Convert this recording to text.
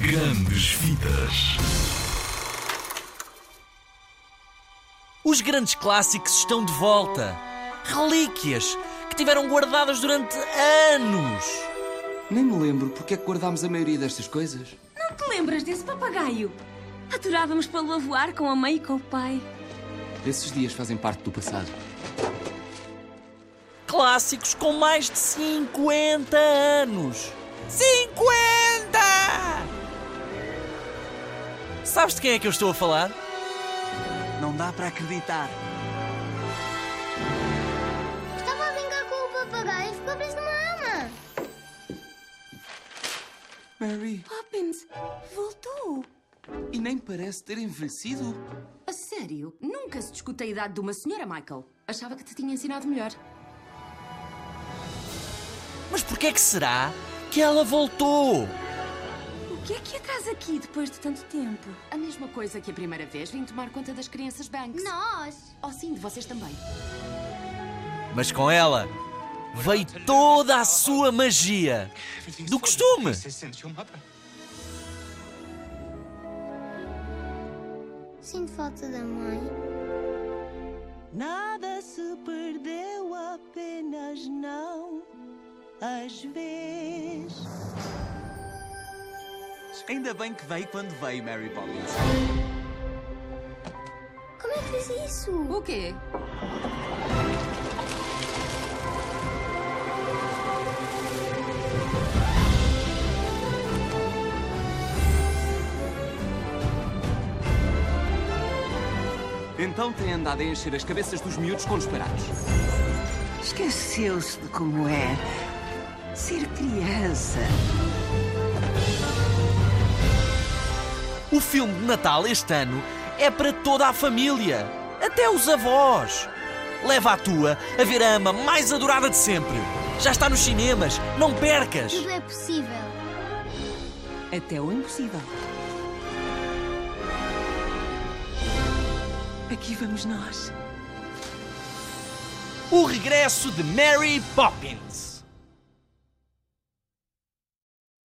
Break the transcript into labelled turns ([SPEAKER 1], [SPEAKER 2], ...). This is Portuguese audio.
[SPEAKER 1] grandes fitas.
[SPEAKER 2] Os grandes clássicos estão de volta. Relíquias que tiveram guardadas durante anos.
[SPEAKER 3] Nem me lembro porque é que guardámos a maioria destas coisas.
[SPEAKER 4] Não te lembras desse papagaio? Aturávamos para a voar com a mãe e com o pai.
[SPEAKER 3] Esses dias fazem parte do passado.
[SPEAKER 2] Clássicos com mais de 50 anos. 50! Sabes de quem é que eu estou a falar?
[SPEAKER 5] Não dá para acreditar.
[SPEAKER 6] Estava a brincar com o papagaio e ficou preso numa ama.
[SPEAKER 3] Mary,
[SPEAKER 4] Poppins, Oh, voltou.
[SPEAKER 3] e nem parece ter envelhecido.
[SPEAKER 4] A sério? Nunca se discute a idade de uma senhora, Michael. Achava que te tinha ensinado melhor.
[SPEAKER 2] Mas porquê é que será que ela voltou?
[SPEAKER 4] O que é que atrás aqui depois de tanto tempo? A mesma coisa que a primeira vez vim tomar conta das crianças Banks.
[SPEAKER 6] Nós.
[SPEAKER 4] Oh, sim, de vocês também.
[SPEAKER 2] Mas com ela veio toda a sua magia do costume.
[SPEAKER 6] Sinto falta da mãe.
[SPEAKER 7] Nada se perdeu, apenas não. Às vezes.
[SPEAKER 5] Ainda bem que veio quando veio, Mary Poppins.
[SPEAKER 6] Como é que fiz isso?
[SPEAKER 4] O quê?
[SPEAKER 3] Então tem andado a encher as cabeças dos miúdos com disparados.
[SPEAKER 7] Esqueceu-se de como é ser criança.
[SPEAKER 2] O filme de Natal este ano é para toda a família, até os avós. Leva a tua a ver a ama mais adorada de sempre. Já está nos cinemas, não percas!
[SPEAKER 6] Tudo é possível.
[SPEAKER 7] Até o impossível. Aqui vamos nós.
[SPEAKER 2] O regresso de Mary Poppins.